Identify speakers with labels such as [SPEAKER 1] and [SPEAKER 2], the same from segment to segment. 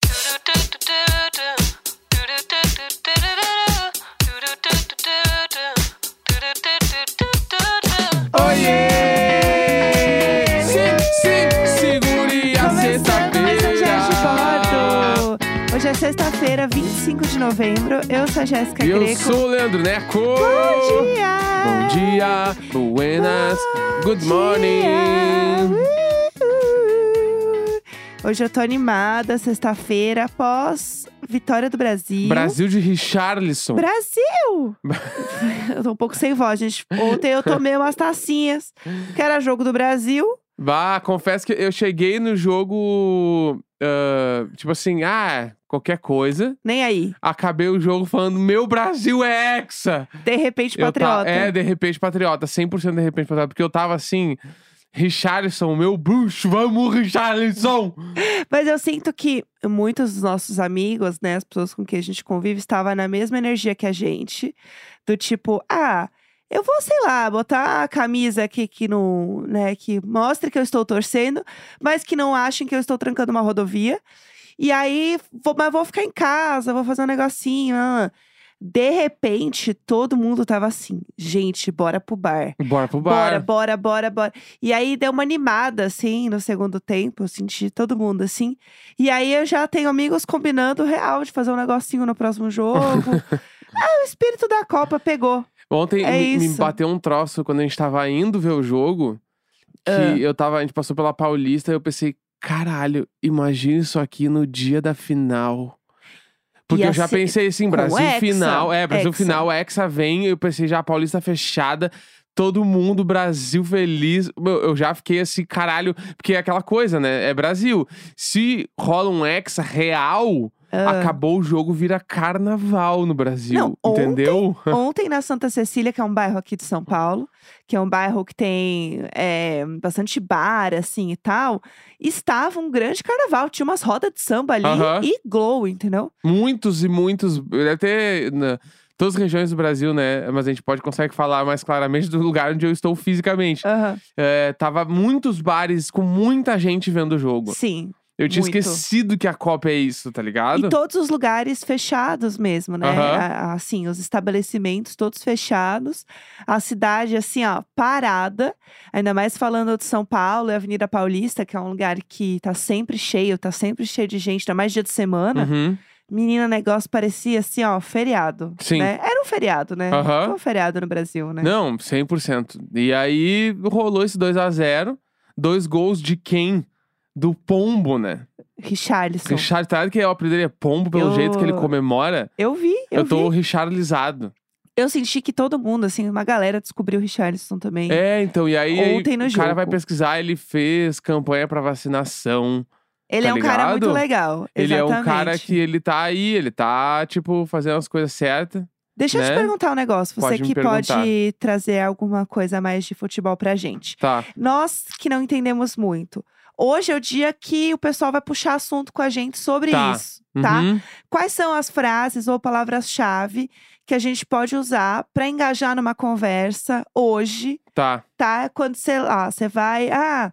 [SPEAKER 1] um um Hoje é sexta-feira, 25 de novembro. Eu sou a Jéssica
[SPEAKER 2] E eu
[SPEAKER 1] Greco.
[SPEAKER 2] sou o Leandro Neco.
[SPEAKER 1] Bom dia!
[SPEAKER 2] Bom dia, buenas,
[SPEAKER 1] Bom
[SPEAKER 2] good
[SPEAKER 1] dia! Uhum.
[SPEAKER 2] morning.
[SPEAKER 1] Uhul. Hoje eu tô animada, sexta-feira, após vitória do Brasil.
[SPEAKER 2] Brasil de Richarlison.
[SPEAKER 1] Brasil! eu tô um pouco sem voz, gente. Ontem eu tomei umas tacinhas, que era jogo do Brasil.
[SPEAKER 2] Bah, confesso que eu cheguei no jogo, ah, tipo assim, ah, qualquer coisa.
[SPEAKER 1] Nem aí.
[SPEAKER 2] Acabei o jogo falando, meu Brasil é hexa.
[SPEAKER 1] De repente,
[SPEAKER 2] Eu
[SPEAKER 1] patriota.
[SPEAKER 2] ta- é, de repente patriota, 100% de repente patriota. Porque eu tava assim, Richarlison, meu bruxo, vamos Richarlison.
[SPEAKER 1] Mas eu sinto que muitos dos nossos amigos, né, as pessoas com quem a gente convive, estavam na mesma energia que a gente, do tipo, ah, eu vou, sei lá, botar a camisa aqui que não, né, que mostre que eu estou torcendo, mas que não achem que eu estou trancando uma rodovia. E aí, vou, mas vou ficar em casa, vou fazer um negocinho. ah. De repente, todo mundo tava assim, gente, bora pro bar.
[SPEAKER 2] Bora pro bar.
[SPEAKER 1] Bora, bora, bora, bora. E aí deu uma animada, assim, no segundo tempo. Eu senti todo mundo assim. E aí eu já tenho amigos combinando real de fazer um negocinho no próximo jogo. ah, o espírito da Copa pegou.
[SPEAKER 2] Ontem
[SPEAKER 1] É
[SPEAKER 2] me, me
[SPEAKER 1] isso.
[SPEAKER 2] bateu um troço quando a gente tava indo ver o jogo. Que
[SPEAKER 1] Ah.
[SPEAKER 2] eu tava, a gente passou pela Paulista e eu pensei, caralho, imagina isso aqui no dia da final. Porque
[SPEAKER 1] Ia
[SPEAKER 2] eu já
[SPEAKER 1] ser
[SPEAKER 2] pensei assim,
[SPEAKER 1] com
[SPEAKER 2] Brasil
[SPEAKER 1] Hexa,
[SPEAKER 2] final. É, Brasil
[SPEAKER 1] Hexa.
[SPEAKER 2] final, Hexa vem. Eu pensei já, Paulista tá fechada. Todo mundo, Brasil feliz. Meu, Eu já fiquei assim, caralho. Porque é aquela coisa, né? É Brasil. Se rola um Hexa real, acabou o jogo, vira carnaval no Brasil.
[SPEAKER 1] Ah. Não,
[SPEAKER 2] entendeu?
[SPEAKER 1] Ontem na Santa Cecília, que é um bairro aqui de São Paulo, que é um bairro que tem é, bastante bar, assim e tal, estava um grande carnaval. Tinha umas rodas de samba ali
[SPEAKER 2] Aham.
[SPEAKER 1] e glow, entendeu?
[SPEAKER 2] Muitos e muitos. Deve ter. Na, todas as regiões do Brasil, né? Mas a gente pode consegue falar mais claramente do lugar onde eu estou fisicamente.
[SPEAKER 1] Aham.
[SPEAKER 2] É, tava muitos bares com muita gente vendo o jogo.
[SPEAKER 1] Sim.
[SPEAKER 2] Eu tinha
[SPEAKER 1] muito.
[SPEAKER 2] esquecido que a Copa é isso, tá ligado?
[SPEAKER 1] E todos os lugares fechados mesmo, né?
[SPEAKER 2] Aham.
[SPEAKER 1] A- Assim, os estabelecimentos todos fechados. A cidade, assim, ó, parada. Ainda mais falando de São Paulo e Avenida Paulista, que é um lugar que tá sempre cheio, tá sempre cheio de gente, ainda mais dia de semana.
[SPEAKER 2] Uhum.
[SPEAKER 1] Menina, o negócio parecia assim, ó, feriado.
[SPEAKER 2] Sim.
[SPEAKER 1] né? Era um feriado, né?
[SPEAKER 2] Aham.
[SPEAKER 1] Foi um feriado no Brasil, né?
[SPEAKER 2] Não, 100%. E aí rolou esse 2 a 0 Dois gols de quem? Do Pombo, né?
[SPEAKER 1] Richarlison.
[SPEAKER 2] Richard, tá ligado que é o apelido dele é Pombo, pelo
[SPEAKER 1] Eu-
[SPEAKER 2] jeito que ele comemora?
[SPEAKER 1] Eu vi, eu,
[SPEAKER 2] tô
[SPEAKER 1] vi.
[SPEAKER 2] richarlizado.
[SPEAKER 1] Eu senti que todo mundo, assim, uma galera descobriu o Richarlison também.
[SPEAKER 2] É, então, e aí, aí
[SPEAKER 1] Ontem no
[SPEAKER 2] o cara vai
[SPEAKER 1] jogo.
[SPEAKER 2] pesquisar, ele fez campanha pra vacinação.
[SPEAKER 1] Ele
[SPEAKER 2] tá
[SPEAKER 1] é um cara muito
[SPEAKER 2] ligado?
[SPEAKER 1] legal.
[SPEAKER 2] Ele é um
[SPEAKER 1] exatamente.
[SPEAKER 2] cara que ele tá aí, ele tá, tipo, fazendo as coisas certas.
[SPEAKER 1] Deixa eu te
[SPEAKER 2] né?
[SPEAKER 1] perguntar um negócio. Você
[SPEAKER 2] Pode me
[SPEAKER 1] que pode
[SPEAKER 2] perguntar.
[SPEAKER 1] trazer alguma coisa a mais de futebol pra gente.
[SPEAKER 2] Tá.
[SPEAKER 1] Nós que não entendemos muito. Hoje é o dia que o pessoal vai puxar assunto com a gente sobre
[SPEAKER 2] Tá.
[SPEAKER 1] isso, tá?
[SPEAKER 2] Uhum.
[SPEAKER 1] Quais são as frases ou palavras-chave que a gente pode usar pra engajar numa conversa hoje
[SPEAKER 2] Tá.
[SPEAKER 1] tá? Quando, sei lá, você vai. Ah,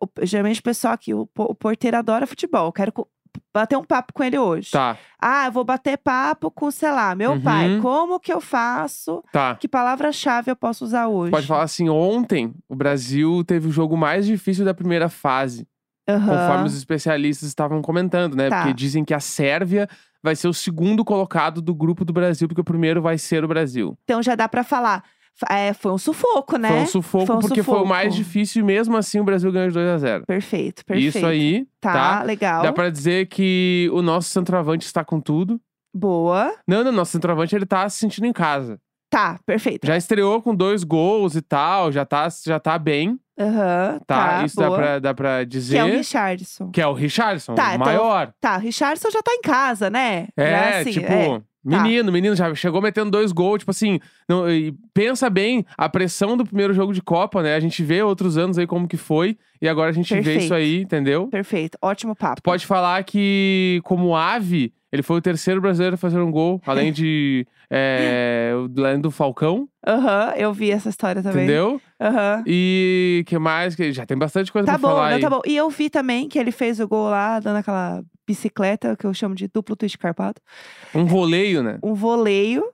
[SPEAKER 1] o- geralmente o pessoal aqui, o, po- o porteiro adora futebol. eu Quero co- bater um papo com ele hoje.
[SPEAKER 2] Tá.
[SPEAKER 1] Ah, eu vou bater papo com, sei lá, meu
[SPEAKER 2] Uhum.
[SPEAKER 1] pai. Como que eu faço?
[SPEAKER 2] Tá.
[SPEAKER 1] Que palavra-chave eu posso usar hoje?
[SPEAKER 2] Pode falar assim, ontem o Brasil teve o jogo mais difícil da primeira fase,
[SPEAKER 1] Aham.
[SPEAKER 2] conforme os especialistas estavam comentando, né?
[SPEAKER 1] Tá.
[SPEAKER 2] Porque dizem que a Sérvia vai ser o segundo colocado do grupo do Brasil, porque o primeiro vai ser o Brasil.
[SPEAKER 1] Então já dá pra falar. F- é, foi um sufoco, né?
[SPEAKER 2] Foi um sufoco
[SPEAKER 1] Foi um
[SPEAKER 2] porque foi
[SPEAKER 1] sufoco.
[SPEAKER 2] o mais difícil e mesmo assim o Brasil ganhou de 2 a 0.
[SPEAKER 1] Perfeito, perfeito.
[SPEAKER 2] Isso aí,
[SPEAKER 1] Tá,
[SPEAKER 2] tá?
[SPEAKER 1] legal.
[SPEAKER 2] Dá pra dizer que o nosso centroavante está com tudo.
[SPEAKER 1] Boa.
[SPEAKER 2] Não, não, nosso centroavante ele tá se sentindo em casa.
[SPEAKER 1] Tá, perfeito.
[SPEAKER 2] Já estreou com dois gols e tal, já tá, já tá bem,
[SPEAKER 1] Aham.
[SPEAKER 2] tá? Isso dá
[SPEAKER 1] boa.
[SPEAKER 2] pra, dá pra
[SPEAKER 1] Que é o
[SPEAKER 2] dizer.
[SPEAKER 1] Richardson.
[SPEAKER 2] Que é o Richardson,
[SPEAKER 1] Tá,
[SPEAKER 2] o
[SPEAKER 1] então-
[SPEAKER 2] maior.
[SPEAKER 1] Tá, Richardson já tá em casa, né? Já,
[SPEAKER 2] É,
[SPEAKER 1] assim,
[SPEAKER 2] tipo,
[SPEAKER 1] é.
[SPEAKER 2] menino, menino, já chegou metendo dois gols, tipo assim, não, e pensa bem a pressão do primeiro jogo de Copa, né? A gente vê outros anos aí como que foi, e agora a gente vê
[SPEAKER 1] Perfeito.
[SPEAKER 2] isso aí, entendeu?
[SPEAKER 1] Perfeito, ótimo papo.
[SPEAKER 2] Tu pode falar que, como ave, ele foi o terceiro brasileiro a fazer um gol, além de. é, o- além do Falcão,
[SPEAKER 1] Aham, eu vi essa história também.
[SPEAKER 2] entendeu?
[SPEAKER 1] Aham.
[SPEAKER 2] E que mais? Que já tem bastante coisa
[SPEAKER 1] Tá
[SPEAKER 2] pra
[SPEAKER 1] bom,
[SPEAKER 2] falar.
[SPEAKER 1] não,
[SPEAKER 2] aí.
[SPEAKER 1] tá bom. E eu vi também que ele fez o gol lá, dando aquela bicicleta, que eu chamo de duplo twist carpado.
[SPEAKER 2] Um voleio, né?
[SPEAKER 1] Um voleio.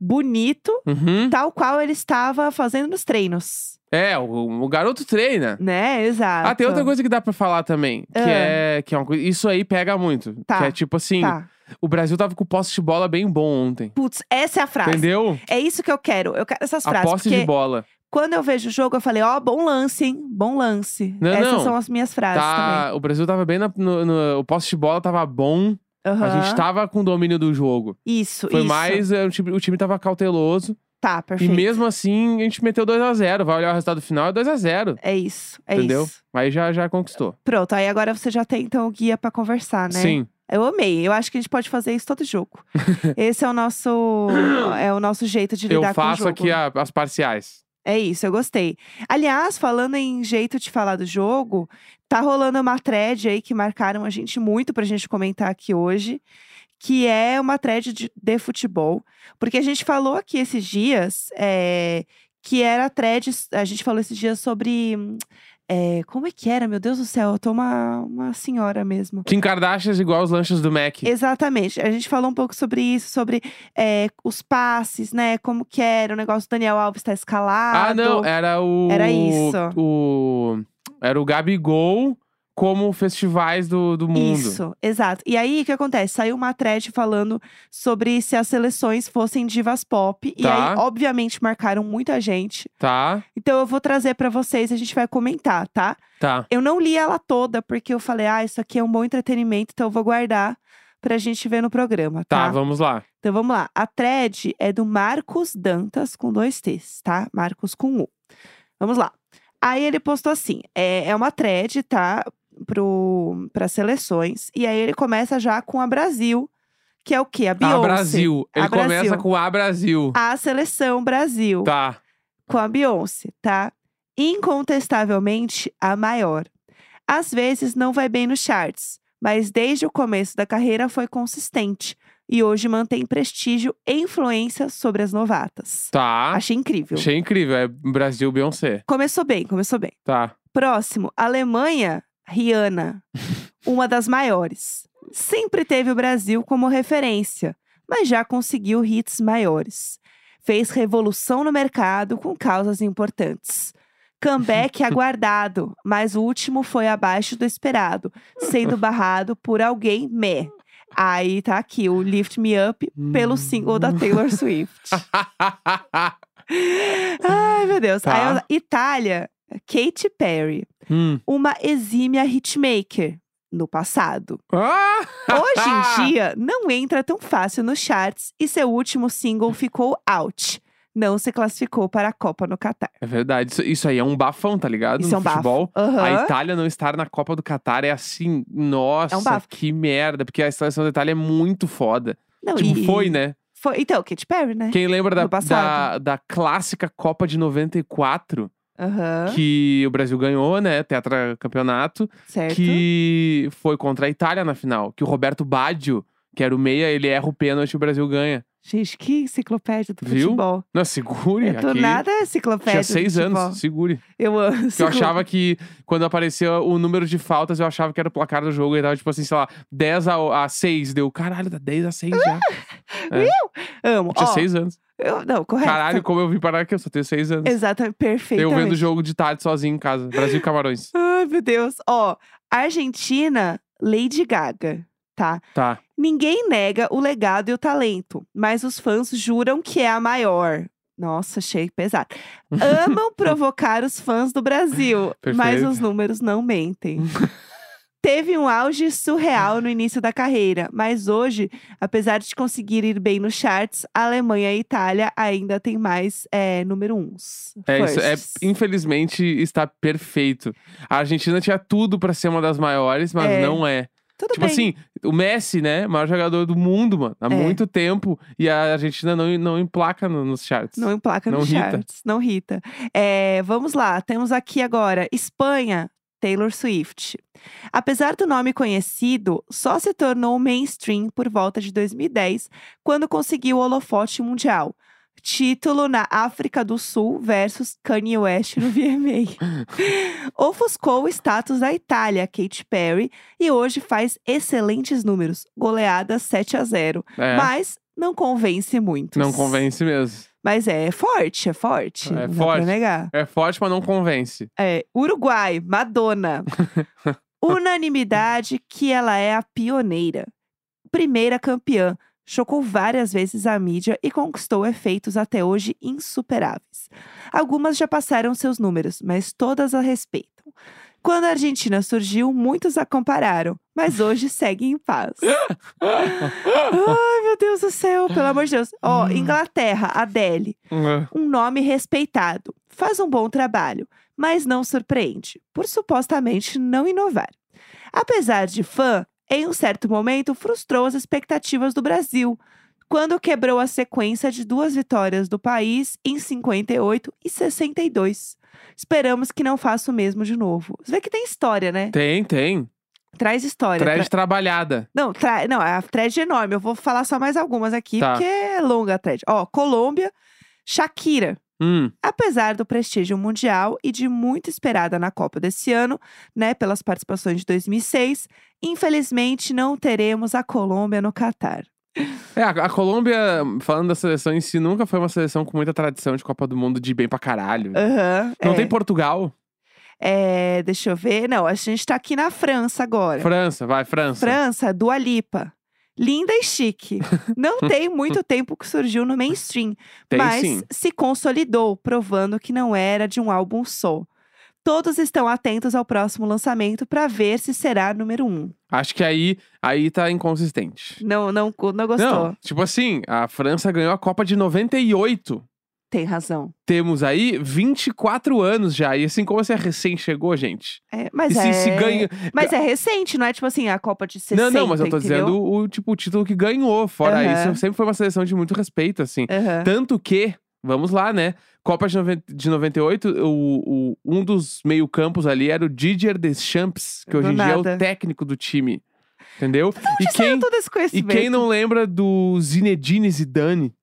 [SPEAKER 1] bonito,
[SPEAKER 2] Uhum.
[SPEAKER 1] tal qual ele estava fazendo nos treinos.
[SPEAKER 2] É, o, o garoto treina.
[SPEAKER 1] Né? Exato.
[SPEAKER 2] Ah, tem outra coisa que dá pra falar também. Que
[SPEAKER 1] Ah.
[SPEAKER 2] é, que é uma coisa. Isso aí pega muito.
[SPEAKER 1] Tá.
[SPEAKER 2] Que é tipo assim:
[SPEAKER 1] Tá.
[SPEAKER 2] o Brasil tava com posse de bola bem bom ontem.
[SPEAKER 1] Putz, essa é a frase.
[SPEAKER 2] Entendeu?
[SPEAKER 1] É isso que eu quero. Eu quero essas
[SPEAKER 2] A
[SPEAKER 1] frases.
[SPEAKER 2] posse
[SPEAKER 1] porque
[SPEAKER 2] de bola.
[SPEAKER 1] quando eu vejo o jogo, eu falei, ó, bom lance, hein? Bom lance.
[SPEAKER 2] Não,
[SPEAKER 1] Essas
[SPEAKER 2] não.
[SPEAKER 1] são as minhas frases
[SPEAKER 2] Tá, o Brasil tava bem na. no- no- o posse de bola tava bom.
[SPEAKER 1] também.
[SPEAKER 2] A gente
[SPEAKER 1] Aham.
[SPEAKER 2] tava com domínio do jogo.
[SPEAKER 1] Isso,
[SPEAKER 2] Foi
[SPEAKER 1] isso.
[SPEAKER 2] mais. é, O time, o time tava cauteloso.
[SPEAKER 1] Tá, perfeito.
[SPEAKER 2] E mesmo assim, a gente meteu 2x0. Vai olhar o resultado final, é 2x0.
[SPEAKER 1] É isso, é
[SPEAKER 2] Entendeu?
[SPEAKER 1] isso.
[SPEAKER 2] Aí já, já conquistou.
[SPEAKER 1] Pronto, aí agora você já tem, então, o guia pra conversar, né?
[SPEAKER 2] Sim.
[SPEAKER 1] Eu amei. Eu acho que a gente pode fazer isso todo jogo. Esse é o nosso é o nosso jeito de
[SPEAKER 2] Eu
[SPEAKER 1] lidar com o
[SPEAKER 2] faço
[SPEAKER 1] jogo.
[SPEAKER 2] aqui a- as parciais.
[SPEAKER 1] É isso, eu gostei. Aliás, falando em jeito de falar do jogo, tá rolando uma thread aí que marcaram a gente muito pra gente comentar aqui hoje, que é uma thread de, de futebol. Porque a gente falou aqui esses dias é, que era a thread. A gente falou esses dias sobre. hum, é, como é que era? Meu Deus do céu, eu tô uma, uma senhora mesmo.
[SPEAKER 2] Kim Kardashian é igual os lanches do Mac.
[SPEAKER 1] Exatamente. A gente falou um pouco sobre isso, sobre é, os passes, né? Como que era o negócio do Daniel Alves tá escalado.
[SPEAKER 2] ah, não, era o.
[SPEAKER 1] Era isso.
[SPEAKER 2] O, era o Gabigol como festivais do, do mundo.
[SPEAKER 1] Isso, exato. E aí, o que acontece? Saiu uma thread falando sobre se as seleções fossem divas pop. E
[SPEAKER 2] Tá.
[SPEAKER 1] aí, obviamente, marcaram muita gente.
[SPEAKER 2] Tá,
[SPEAKER 1] Então, eu vou trazer pra vocês, a gente vai comentar, tá?
[SPEAKER 2] tá.
[SPEAKER 1] Eu não li ela toda, porque eu falei, ah, isso aqui é um bom entretenimento, então eu vou guardar pra gente ver no programa,
[SPEAKER 2] Tá, vamos lá.
[SPEAKER 1] Então vamos lá. A thread é do Marcos Dantas com dois T's, tá? Marcos com U. Vamos lá. Aí ele postou assim: é, é uma thread, tá? Para seleções. E aí ele começa já com a Brasil, que é o quê? A Beyoncé.
[SPEAKER 2] A Brasil.
[SPEAKER 1] A
[SPEAKER 2] Ele começa
[SPEAKER 1] Brasil.
[SPEAKER 2] com A Brasil.
[SPEAKER 1] A seleção Brasil,
[SPEAKER 2] Tá.
[SPEAKER 1] com a Beyoncé, tá? Incontestavelmente a maior. Às vezes não vai bem nos charts, mas desde o começo da carreira foi consistente e hoje mantém prestígio e influência sobre as novatas.
[SPEAKER 2] Tá.
[SPEAKER 1] Achei incrível.
[SPEAKER 2] Achei incrível. É Brasil Beyoncé.
[SPEAKER 1] Começou bem, começou bem.
[SPEAKER 2] Tá.
[SPEAKER 1] Próximo, Alemanha, Rihanna, uma das maiores. Sempre teve o Brasil como referência, mas já conseguiu hits maiores. Fez revolução no mercado com causas importantes. Comeback aguardado, mas o último foi abaixo do esperado, sendo barrado por alguém meh. Aí tá aqui o Lift Me Up pelo single da Taylor Swift. Ai, meu Deus.
[SPEAKER 2] Tá.
[SPEAKER 1] Aí, eu- Itália, Katy Perry
[SPEAKER 2] Hum.
[SPEAKER 1] uma exímia hitmaker no passado.
[SPEAKER 2] Ah!
[SPEAKER 1] Hoje em dia, não entra tão fácil nos charts e seu último single ficou out. Não se classificou para a Copa no Catar.
[SPEAKER 2] É verdade. Isso, isso aí é um bafão, tá ligado?
[SPEAKER 1] Isso
[SPEAKER 2] no
[SPEAKER 1] é um bafo.
[SPEAKER 2] futebol. tá.
[SPEAKER 1] Aham.
[SPEAKER 2] A Itália não estar na Copa do Catar é assim, nossa,
[SPEAKER 1] É um bafo.
[SPEAKER 2] que merda, porque a seleção da Itália é muito foda.
[SPEAKER 1] Não,
[SPEAKER 2] Tipo,
[SPEAKER 1] e-
[SPEAKER 2] foi, né?
[SPEAKER 1] Foi, então, Katy Perry, né?
[SPEAKER 2] Quem lembra da,
[SPEAKER 1] No
[SPEAKER 2] da,
[SPEAKER 1] passado.
[SPEAKER 2] da clássica Copa de 94,
[SPEAKER 1] Aham,
[SPEAKER 2] que o Brasil ganhou, né? Tetracampeonato,
[SPEAKER 1] certo.
[SPEAKER 2] que foi contra a Itália na final. Que o Roberto Baggio, que era o meia, ele erra o pênalti e o Brasil ganha.
[SPEAKER 1] Gente, que enciclopédia do
[SPEAKER 2] Viu?
[SPEAKER 1] futebol.
[SPEAKER 2] Não, segure.
[SPEAKER 1] Eu do
[SPEAKER 2] aqui
[SPEAKER 1] nada é enciclopédia
[SPEAKER 2] tinha
[SPEAKER 1] do
[SPEAKER 2] seis
[SPEAKER 1] futebol.
[SPEAKER 2] anos, segure.
[SPEAKER 1] Eu amo.
[SPEAKER 2] Porque eu achava que quando apareceu o número de faltas, eu achava que era o placar do jogo e tava tipo assim, sei lá, 10 a, a 6. Deu, caralho, dá 10 a 6 já.
[SPEAKER 1] Amo.
[SPEAKER 2] Eu tinha
[SPEAKER 1] Ó, é,
[SPEAKER 2] 6 anos.
[SPEAKER 1] eu- não, correto.
[SPEAKER 2] Caralho, como eu vim parar aqui, eu só tenho 6 anos.
[SPEAKER 1] Exatamente, perfeito.
[SPEAKER 2] Eu vendo o jogo de tarde sozinho em casa. Brasil e Camarões.
[SPEAKER 1] Ai, meu Deus. Ó, Argentina, Lady Gaga, tá?
[SPEAKER 2] Tá.
[SPEAKER 1] Ninguém nega o legado e o talento, mas os fãs juram que é a maior. Nossa, achei pesado. Amam provocar os fãs do Brasil, mas
[SPEAKER 2] Perfeito.
[SPEAKER 1] os números não mentem. Teve um auge surreal no início da carreira, mas hoje, apesar de conseguir ir bem nos charts, a Alemanha e a Itália ainda têm mais é, número uns.
[SPEAKER 2] É isso. É,
[SPEAKER 1] firsts.
[SPEAKER 2] infelizmente, está perfeito. A Argentina tinha tudo pra ser uma das maiores, mas
[SPEAKER 1] É.
[SPEAKER 2] não é.
[SPEAKER 1] Tudo
[SPEAKER 2] tipo
[SPEAKER 1] bem. É.
[SPEAKER 2] assim, o Messi, né? Maior jogador do mundo, mano. Há muito tempo. E a Argentina não, não emplaca no- nos charts.
[SPEAKER 1] Não emplaca
[SPEAKER 2] Não
[SPEAKER 1] no
[SPEAKER 2] irrita.
[SPEAKER 1] charts, não irrita. É, vamos lá, temos aqui agora Espanha, Taylor Swift. Apesar do nome conhecido, só se tornou mainstream por volta de 2010, quando conseguiu o holofote mundial. Título na África do Sul versus Kanye West no VMA. Ofuscou o status da Itália, Katy Perry, e hoje faz excelentes números, goleada 7 a 0.
[SPEAKER 2] é.
[SPEAKER 1] Mas não convence muito.
[SPEAKER 2] Não convence mesmo.
[SPEAKER 1] Mas é, é forte, é forte.
[SPEAKER 2] É
[SPEAKER 1] não dá
[SPEAKER 2] forte.
[SPEAKER 1] Pra negar.
[SPEAKER 2] É forte, mas não convence.
[SPEAKER 1] É, Uruguai, Madonna. Unanimidade que ela é a pioneira. Primeira campeã. Chocou várias vezes a mídia e conquistou efeitos até hoje insuperáveis. Algumas já passaram seus números, mas todas a respeitam. Quando a Argentina surgiu, muitos a compararam, mas hoje segue em paz. Ai, meu Deus do céu, pelo amor de Deus. Ó,
[SPEAKER 2] Hum.
[SPEAKER 1] Inglaterra, Adele um nome respeitado, faz um bom trabalho, mas não surpreende, por supostamente não inovar. Apesar de fã, em um certo momento frustrou as expectativas do Brasil, quando quebrou a sequência de duas vitórias do país em 58 e 62. Esperamos que não faça o mesmo de novo. Você vê que tem história, né?
[SPEAKER 2] Tem, tem.
[SPEAKER 1] Traz história.
[SPEAKER 2] Thread
[SPEAKER 1] tra-
[SPEAKER 2] trabalhada.
[SPEAKER 1] Não, tra... não, a thread é enorme. Eu vou falar só mais algumas aqui,
[SPEAKER 2] Tá.
[SPEAKER 1] porque é longa a thread. Ó, Colômbia, Shakira.
[SPEAKER 2] Hum,
[SPEAKER 1] Apesar do prestígio mundial e de muito esperada na Copa desse ano, né, pelas participações de 2006, infelizmente não teremos a Colômbia no Catar.
[SPEAKER 2] É, a, a Colômbia, falando da seleção em si, nunca foi uma seleção com muita tradição de Copa do Mundo de bem pra caralho.
[SPEAKER 1] Aham,
[SPEAKER 2] Não
[SPEAKER 1] é.
[SPEAKER 2] tem Portugal?
[SPEAKER 1] É, deixa eu ver. Não, a gente tá aqui na França agora.
[SPEAKER 2] França, vai, França.
[SPEAKER 1] França, Dua Lipa. Linda e chique. Não tem muito tempo que surgiu no mainstream,
[SPEAKER 2] tem
[SPEAKER 1] mas
[SPEAKER 2] sim.
[SPEAKER 1] se consolidou, provando que não era de um álbum só. Todos estão atentos ao próximo lançamento para ver se será número um.
[SPEAKER 2] Acho que aí, aí tá inconsistente.
[SPEAKER 1] Não, não, cu- não gostou.
[SPEAKER 2] Não, tipo assim, a França ganhou a Copa de 98.
[SPEAKER 1] Tem razão.
[SPEAKER 2] Temos aí 24 anos já. E assim, como você recém chegou, gente?
[SPEAKER 1] É, mas
[SPEAKER 2] e se,
[SPEAKER 1] é...
[SPEAKER 2] se ganha.
[SPEAKER 1] Mas é recente, não é tipo assim, a Copa de
[SPEAKER 2] não,
[SPEAKER 1] 60,
[SPEAKER 2] não, mas eu tô
[SPEAKER 1] entendeu?
[SPEAKER 2] dizendo o, tipo, o título que ganhou. Fora
[SPEAKER 1] Aham.
[SPEAKER 2] isso, sempre foi uma seleção de muito respeito, assim.
[SPEAKER 1] Aham.
[SPEAKER 2] Tanto que, vamos lá, né? Copa de, noven- de 98, o, o, um dos meio-campos ali era o Didier Deschamps, que hoje
[SPEAKER 1] Do
[SPEAKER 2] em dia é o
[SPEAKER 1] nada.
[SPEAKER 2] técnico do time. Entendeu? E
[SPEAKER 1] Saiu
[SPEAKER 2] quem,
[SPEAKER 1] é todo esse
[SPEAKER 2] e
[SPEAKER 1] conhecimento.
[SPEAKER 2] quem não lembra do Zinedine Zidane?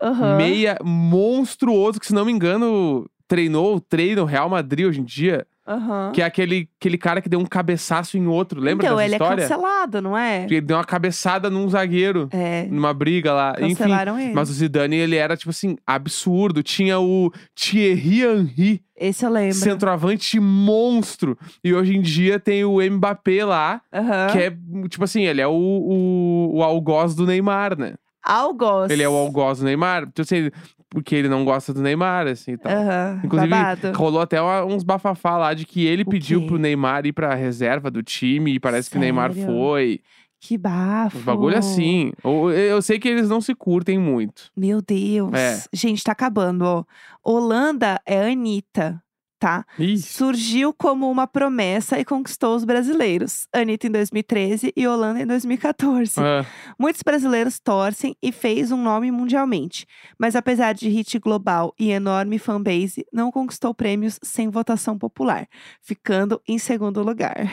[SPEAKER 1] Aham.
[SPEAKER 2] Meia monstruoso, que se não me engano, treinou, treina o Real Madrid hoje em dia.
[SPEAKER 1] Aham.
[SPEAKER 2] Que é aquele, aquele cara que deu um cabeçaço em outro. Lembra
[SPEAKER 1] então,
[SPEAKER 2] dessa
[SPEAKER 1] ele
[SPEAKER 2] história?
[SPEAKER 1] é cancelado, não é?
[SPEAKER 2] Porque ele deu uma cabeçada num zagueiro,
[SPEAKER 1] É,
[SPEAKER 2] numa briga lá. Enfim,
[SPEAKER 1] cancelaram ele.
[SPEAKER 2] mas o Zidane, ele era, tipo assim, absurdo. Tinha o Thierry Henry,
[SPEAKER 1] Esse eu lembro.
[SPEAKER 2] centroavante monstro. E hoje em dia tem o Mbappé lá,
[SPEAKER 1] Aham.
[SPEAKER 2] que é, tipo assim, ele é o, o, o algoz do Neymar, né?
[SPEAKER 1] Algoz.
[SPEAKER 2] Ele é o algoz do Neymar. Tipo assim, porque ele não gosta do Neymar, assim, e tal.
[SPEAKER 1] Aham,
[SPEAKER 2] Inclusive,
[SPEAKER 1] babado.
[SPEAKER 2] rolou até uma- uns bafafá lá de que ele
[SPEAKER 1] O
[SPEAKER 2] pediu
[SPEAKER 1] quê?
[SPEAKER 2] pro Neymar ir pra reserva do time e parece que o Neymar
[SPEAKER 1] Sério?
[SPEAKER 2] foi.
[SPEAKER 1] Que bafo.
[SPEAKER 2] Os
[SPEAKER 1] Hum.
[SPEAKER 2] bagulho assim. Eu, eu sei que eles não se curtem muito.
[SPEAKER 1] Meu Deus.
[SPEAKER 2] É.
[SPEAKER 1] Gente, tá acabando, ó. Holanda é Anitta, tá?
[SPEAKER 2] Isso.
[SPEAKER 1] Surgiu como uma promessa e conquistou os brasileiros. Anitta em 2013 e Holanda em 2014.
[SPEAKER 2] É.
[SPEAKER 1] Muitos brasileiros torcem e fez um nome mundialmente. Mas apesar de hit global e enorme fanbase, não conquistou prêmios sem votação popular, ficando em segundo lugar.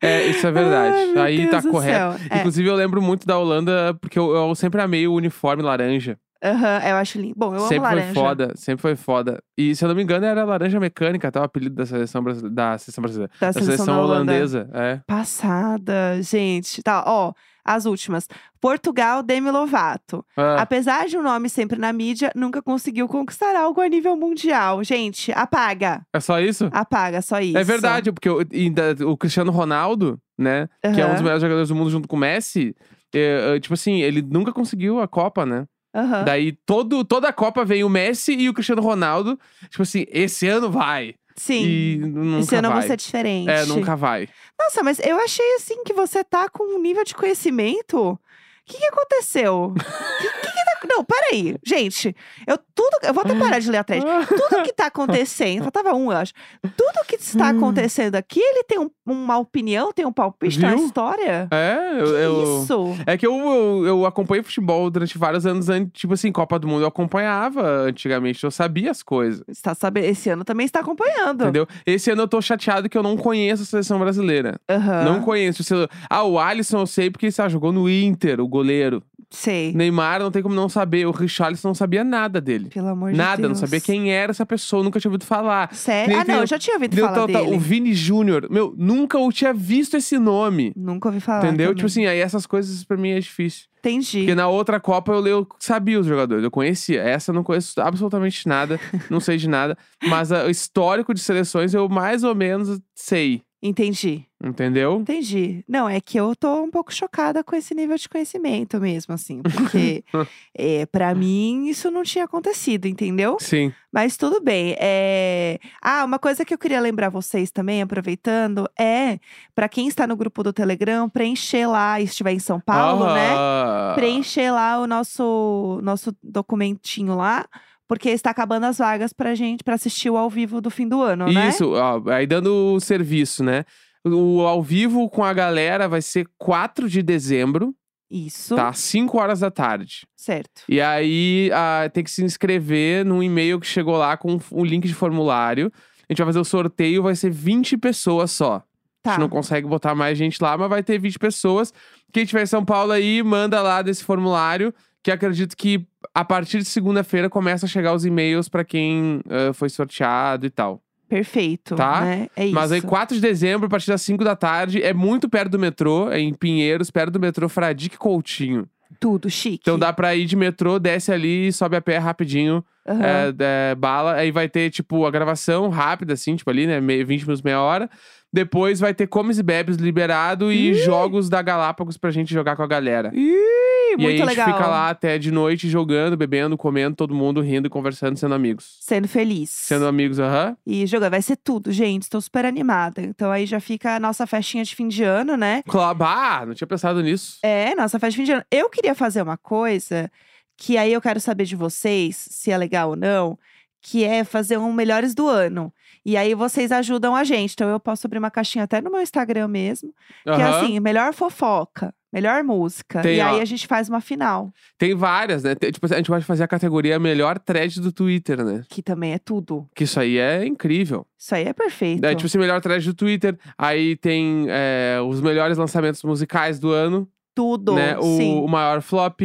[SPEAKER 2] é, isso é verdade.
[SPEAKER 1] Ai, meu
[SPEAKER 2] Aí
[SPEAKER 1] Deus
[SPEAKER 2] tá
[SPEAKER 1] do
[SPEAKER 2] correto.
[SPEAKER 1] céu. É,
[SPEAKER 2] Inclusive, eu lembro muito da Holanda, porque eu, eu sempre amei o uniforme laranja.
[SPEAKER 1] É, aham, eu acho lindo. Bom, eu
[SPEAKER 2] sempre
[SPEAKER 1] amo laranja.
[SPEAKER 2] foi foda, sempre foi foda. E se eu não me engano, era laranja mecânica, tá? O apelido da seleção brasileira. Da seleção brasileira.
[SPEAKER 1] Da
[SPEAKER 2] Da
[SPEAKER 1] seleção,
[SPEAKER 2] seleção
[SPEAKER 1] da Holanda.
[SPEAKER 2] holandesa. É.
[SPEAKER 1] Passada, gente. Tá, ó, as últimas. Portugal, Demi Lovato.
[SPEAKER 2] Ah,
[SPEAKER 1] Apesar de o nome sempre na mídia, nunca conseguiu conquistar algo a nível mundial. Gente, apaga.
[SPEAKER 2] é só isso?
[SPEAKER 1] Apaga, só isso.
[SPEAKER 2] É verdade, porque o, e da- o Cristiano Ronaldo, né? Que é um dos
[SPEAKER 1] Aham,
[SPEAKER 2] melhores jogadores do mundo junto com o Messi. é, é, tipo assim, ele nunca conseguiu a Copa, né?
[SPEAKER 1] aham.
[SPEAKER 2] Daí todo, toda a Copa vem o Messi e o Cristiano Ronaldo. Tipo assim, esse ano vai.
[SPEAKER 1] Sim.
[SPEAKER 2] E n- nunca
[SPEAKER 1] Esse ano
[SPEAKER 2] vai.
[SPEAKER 1] você é diferente.
[SPEAKER 2] É, nunca vai.
[SPEAKER 1] Nossa, mas eu achei assim que você tá com um nível de conhecimento. O que, que aconteceu? Que- que que tá- Não, peraí. Gente, eu tudo. Eu
[SPEAKER 2] Hum.
[SPEAKER 1] vou até parar de ler a thread. Tudo que tá acontecendo. Faltava um, eu acho. Tudo que está
[SPEAKER 2] Hum.
[SPEAKER 1] acontecendo aqui, ele tem um- uma opinião, tem um palpite na
[SPEAKER 2] Viu?
[SPEAKER 1] história?
[SPEAKER 2] É, eu.
[SPEAKER 1] Que
[SPEAKER 2] eu-
[SPEAKER 1] isso?
[SPEAKER 2] É que eu, eu, eu acompanhei futebol durante vários anos antes. Tipo assim, Copa do Mundo eu acompanhava antigamente, eu sabia as coisas.
[SPEAKER 1] Está sabendo, esse ano também está acompanhando.
[SPEAKER 2] Entendeu? Esse ano eu tô chateado que eu não conheço a seleção brasileira.
[SPEAKER 1] Aham.
[SPEAKER 2] Não conheço. Se eu- Ah, o Alisson eu sei porque ele sabe, jogou no Inter, o goleiro.
[SPEAKER 1] Sei.
[SPEAKER 2] Neymar não tem como não saber. O Richarlison não sabia nada dele.
[SPEAKER 1] Pelo amor de
[SPEAKER 2] Nada,
[SPEAKER 1] Deus.
[SPEAKER 2] não sabia quem era essa pessoa, nunca tinha ouvido falar.
[SPEAKER 1] Sério?
[SPEAKER 2] Nem
[SPEAKER 1] Ah, não,
[SPEAKER 2] tem-
[SPEAKER 1] eu já tinha ouvido
[SPEAKER 2] Deu
[SPEAKER 1] falar
[SPEAKER 2] tal, tal,
[SPEAKER 1] dele.
[SPEAKER 2] tá, o Vini Júnior, meu, nunca eu tinha visto esse nome.
[SPEAKER 1] Nunca ouvi falar.
[SPEAKER 2] entendeu?
[SPEAKER 1] também.
[SPEAKER 2] Tipo assim, aí essas coisas pra mim é difícil.
[SPEAKER 1] Entendi.
[SPEAKER 2] Porque na outra Copa eu, le- eu sabia os jogadores, eu conhecia. Essa eu não conheço absolutamente nada, não sei de nada. Mas ah, o histórico de seleções eu mais ou menos sei,
[SPEAKER 1] Entendi.
[SPEAKER 2] entendeu?
[SPEAKER 1] Entendi. Não, é que eu tô um pouco chocada com esse nível de conhecimento mesmo, assim. Porque, é, para mim, isso não tinha acontecido, entendeu?
[SPEAKER 2] Sim.
[SPEAKER 1] Mas tudo bem. É... Ah, uma coisa que eu queria lembrar vocês também, aproveitando, é para quem está no grupo do Telegram, preencher lá, e estiver em São Paulo, né?
[SPEAKER 2] Ah,
[SPEAKER 1] Preencher lá o nosso, nosso documentinho lá, porque está acabando as vagas pra gente, pra assistir o ao vivo do fim do ano, né?
[SPEAKER 2] Isso, ó, aí dando o serviço, né? O ao vivo com a galera vai ser 4 de dezembro,
[SPEAKER 1] Isso.
[SPEAKER 2] tá? 5 horas da tarde.
[SPEAKER 1] Certo.
[SPEAKER 2] E aí ah, tem que se inscrever num e-mail que chegou lá com o link de formulário. A gente vai fazer o sorteio, vai ser 20 pessoas só. A
[SPEAKER 1] Tá.
[SPEAKER 2] gente não consegue botar mais gente lá, mas vai ter 20 pessoas. Quem tiver em São Paulo aí, manda lá desse formulário, que acredito que a partir de segunda-feira começa a chegar os e-mails pra quem ah, foi sorteado e tal.
[SPEAKER 1] Perfeito.
[SPEAKER 2] Tá?
[SPEAKER 1] Né? É isso.
[SPEAKER 2] Mas aí, 4 de dezembro, a partir das 5 da tarde, é muito perto do metrô, é em Pinheiros, perto do metrô Fradique Coutinho.
[SPEAKER 1] Tudo chique.
[SPEAKER 2] Então dá pra ir de metrô, desce ali e sobe a pé rapidinho,
[SPEAKER 1] Aham.
[SPEAKER 2] é, é, bala. Aí vai ter, tipo, a gravação rápida, assim, tipo ali, né? meio- 20 minutos, meia hora. Depois vai ter comes e bebes liberado e jogos da Galápagos pra gente jogar com a galera.
[SPEAKER 1] Ih,
[SPEAKER 2] e aí
[SPEAKER 1] muito
[SPEAKER 2] a gente
[SPEAKER 1] legal.
[SPEAKER 2] fica lá até de noite jogando, bebendo, comendo, todo mundo rindo, conversando, sendo amigos.
[SPEAKER 1] Sendo feliz.
[SPEAKER 2] Sendo amigos, aham.
[SPEAKER 1] E jogando, vai ser tudo, gente. Estou super animada. Então aí já fica a nossa festinha de fim de ano, né?
[SPEAKER 2] Cla- Ah, não tinha pensado nisso.
[SPEAKER 1] É, nossa festa de fim de ano. Eu queria fazer uma coisa que aí eu quero saber de vocês se é legal ou não, que é fazer um melhores do ano. E aí vocês ajudam a gente. Então eu posso abrir uma caixinha até no meu Instagram mesmo, que é
[SPEAKER 2] Aham.
[SPEAKER 1] assim, melhor fofoca, melhor música.
[SPEAKER 2] Tem,
[SPEAKER 1] e aí
[SPEAKER 2] ó.
[SPEAKER 1] a gente faz uma final,
[SPEAKER 2] Tem várias, né? Tem- tipo, a gente pode fazer a categoria melhor thread do Twitter, né?
[SPEAKER 1] que também é tudo.
[SPEAKER 2] Que isso aí é incrível.
[SPEAKER 1] Isso aí é perfeito.
[SPEAKER 2] É, tipo, assim, melhor thread do Twitter. Aí tem é, os melhores lançamentos musicais do ano,
[SPEAKER 1] tudo,
[SPEAKER 2] né? O,
[SPEAKER 1] sim.
[SPEAKER 2] o maior flop.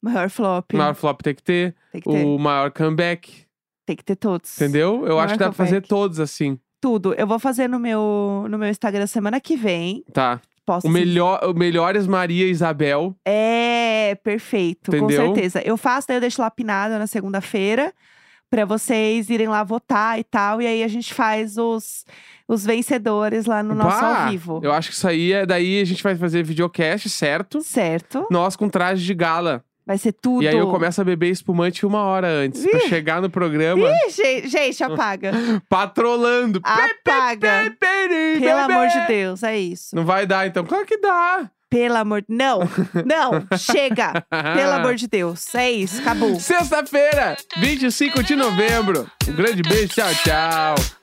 [SPEAKER 1] Maior flop.
[SPEAKER 2] O maior flop tem que ter.
[SPEAKER 1] Tem que ter,
[SPEAKER 2] O maior comeback.
[SPEAKER 1] tem que ter todos.
[SPEAKER 2] Entendeu? Eu
[SPEAKER 1] Maior
[SPEAKER 2] acho que dá pra fazer
[SPEAKER 1] comeback.
[SPEAKER 2] todos assim.
[SPEAKER 1] Tudo. Eu vou fazer no meu, no meu Instagram semana que vem.
[SPEAKER 2] Tá.
[SPEAKER 1] Posso
[SPEAKER 2] O melhor, o melhores Maria e Isabel.
[SPEAKER 1] É, perfeito, com
[SPEAKER 2] Entendeu?
[SPEAKER 1] certeza. Eu faço, daí eu deixo lá pinado na segunda-feira pra vocês irem lá votar e tal. E aí a gente faz os, os vencedores lá no nosso
[SPEAKER 2] Bah!
[SPEAKER 1] ao vivo.
[SPEAKER 2] Eu acho que isso aí é. Daí a gente vai fazer videocast, certo?
[SPEAKER 1] Certo?
[SPEAKER 2] Nós com traje de gala.
[SPEAKER 1] Vai ser tudo.
[SPEAKER 2] E aí eu começo a beber espumante uma hora antes. Pra
[SPEAKER 1] Ih!
[SPEAKER 2] chegar no programa.
[SPEAKER 1] Ih, gente, gente, apaga.
[SPEAKER 2] patrolando.
[SPEAKER 1] Apaga. Pelo amor de Deus, é isso.
[SPEAKER 2] Não vai dar, então. Claro que dá.
[SPEAKER 1] Pelo amor. Não, não, chega. Pelo amor de Deus. É isso, acabou.
[SPEAKER 2] Sexta-feira, 25 de novembro. Um grande beijo. Tchau, tchau.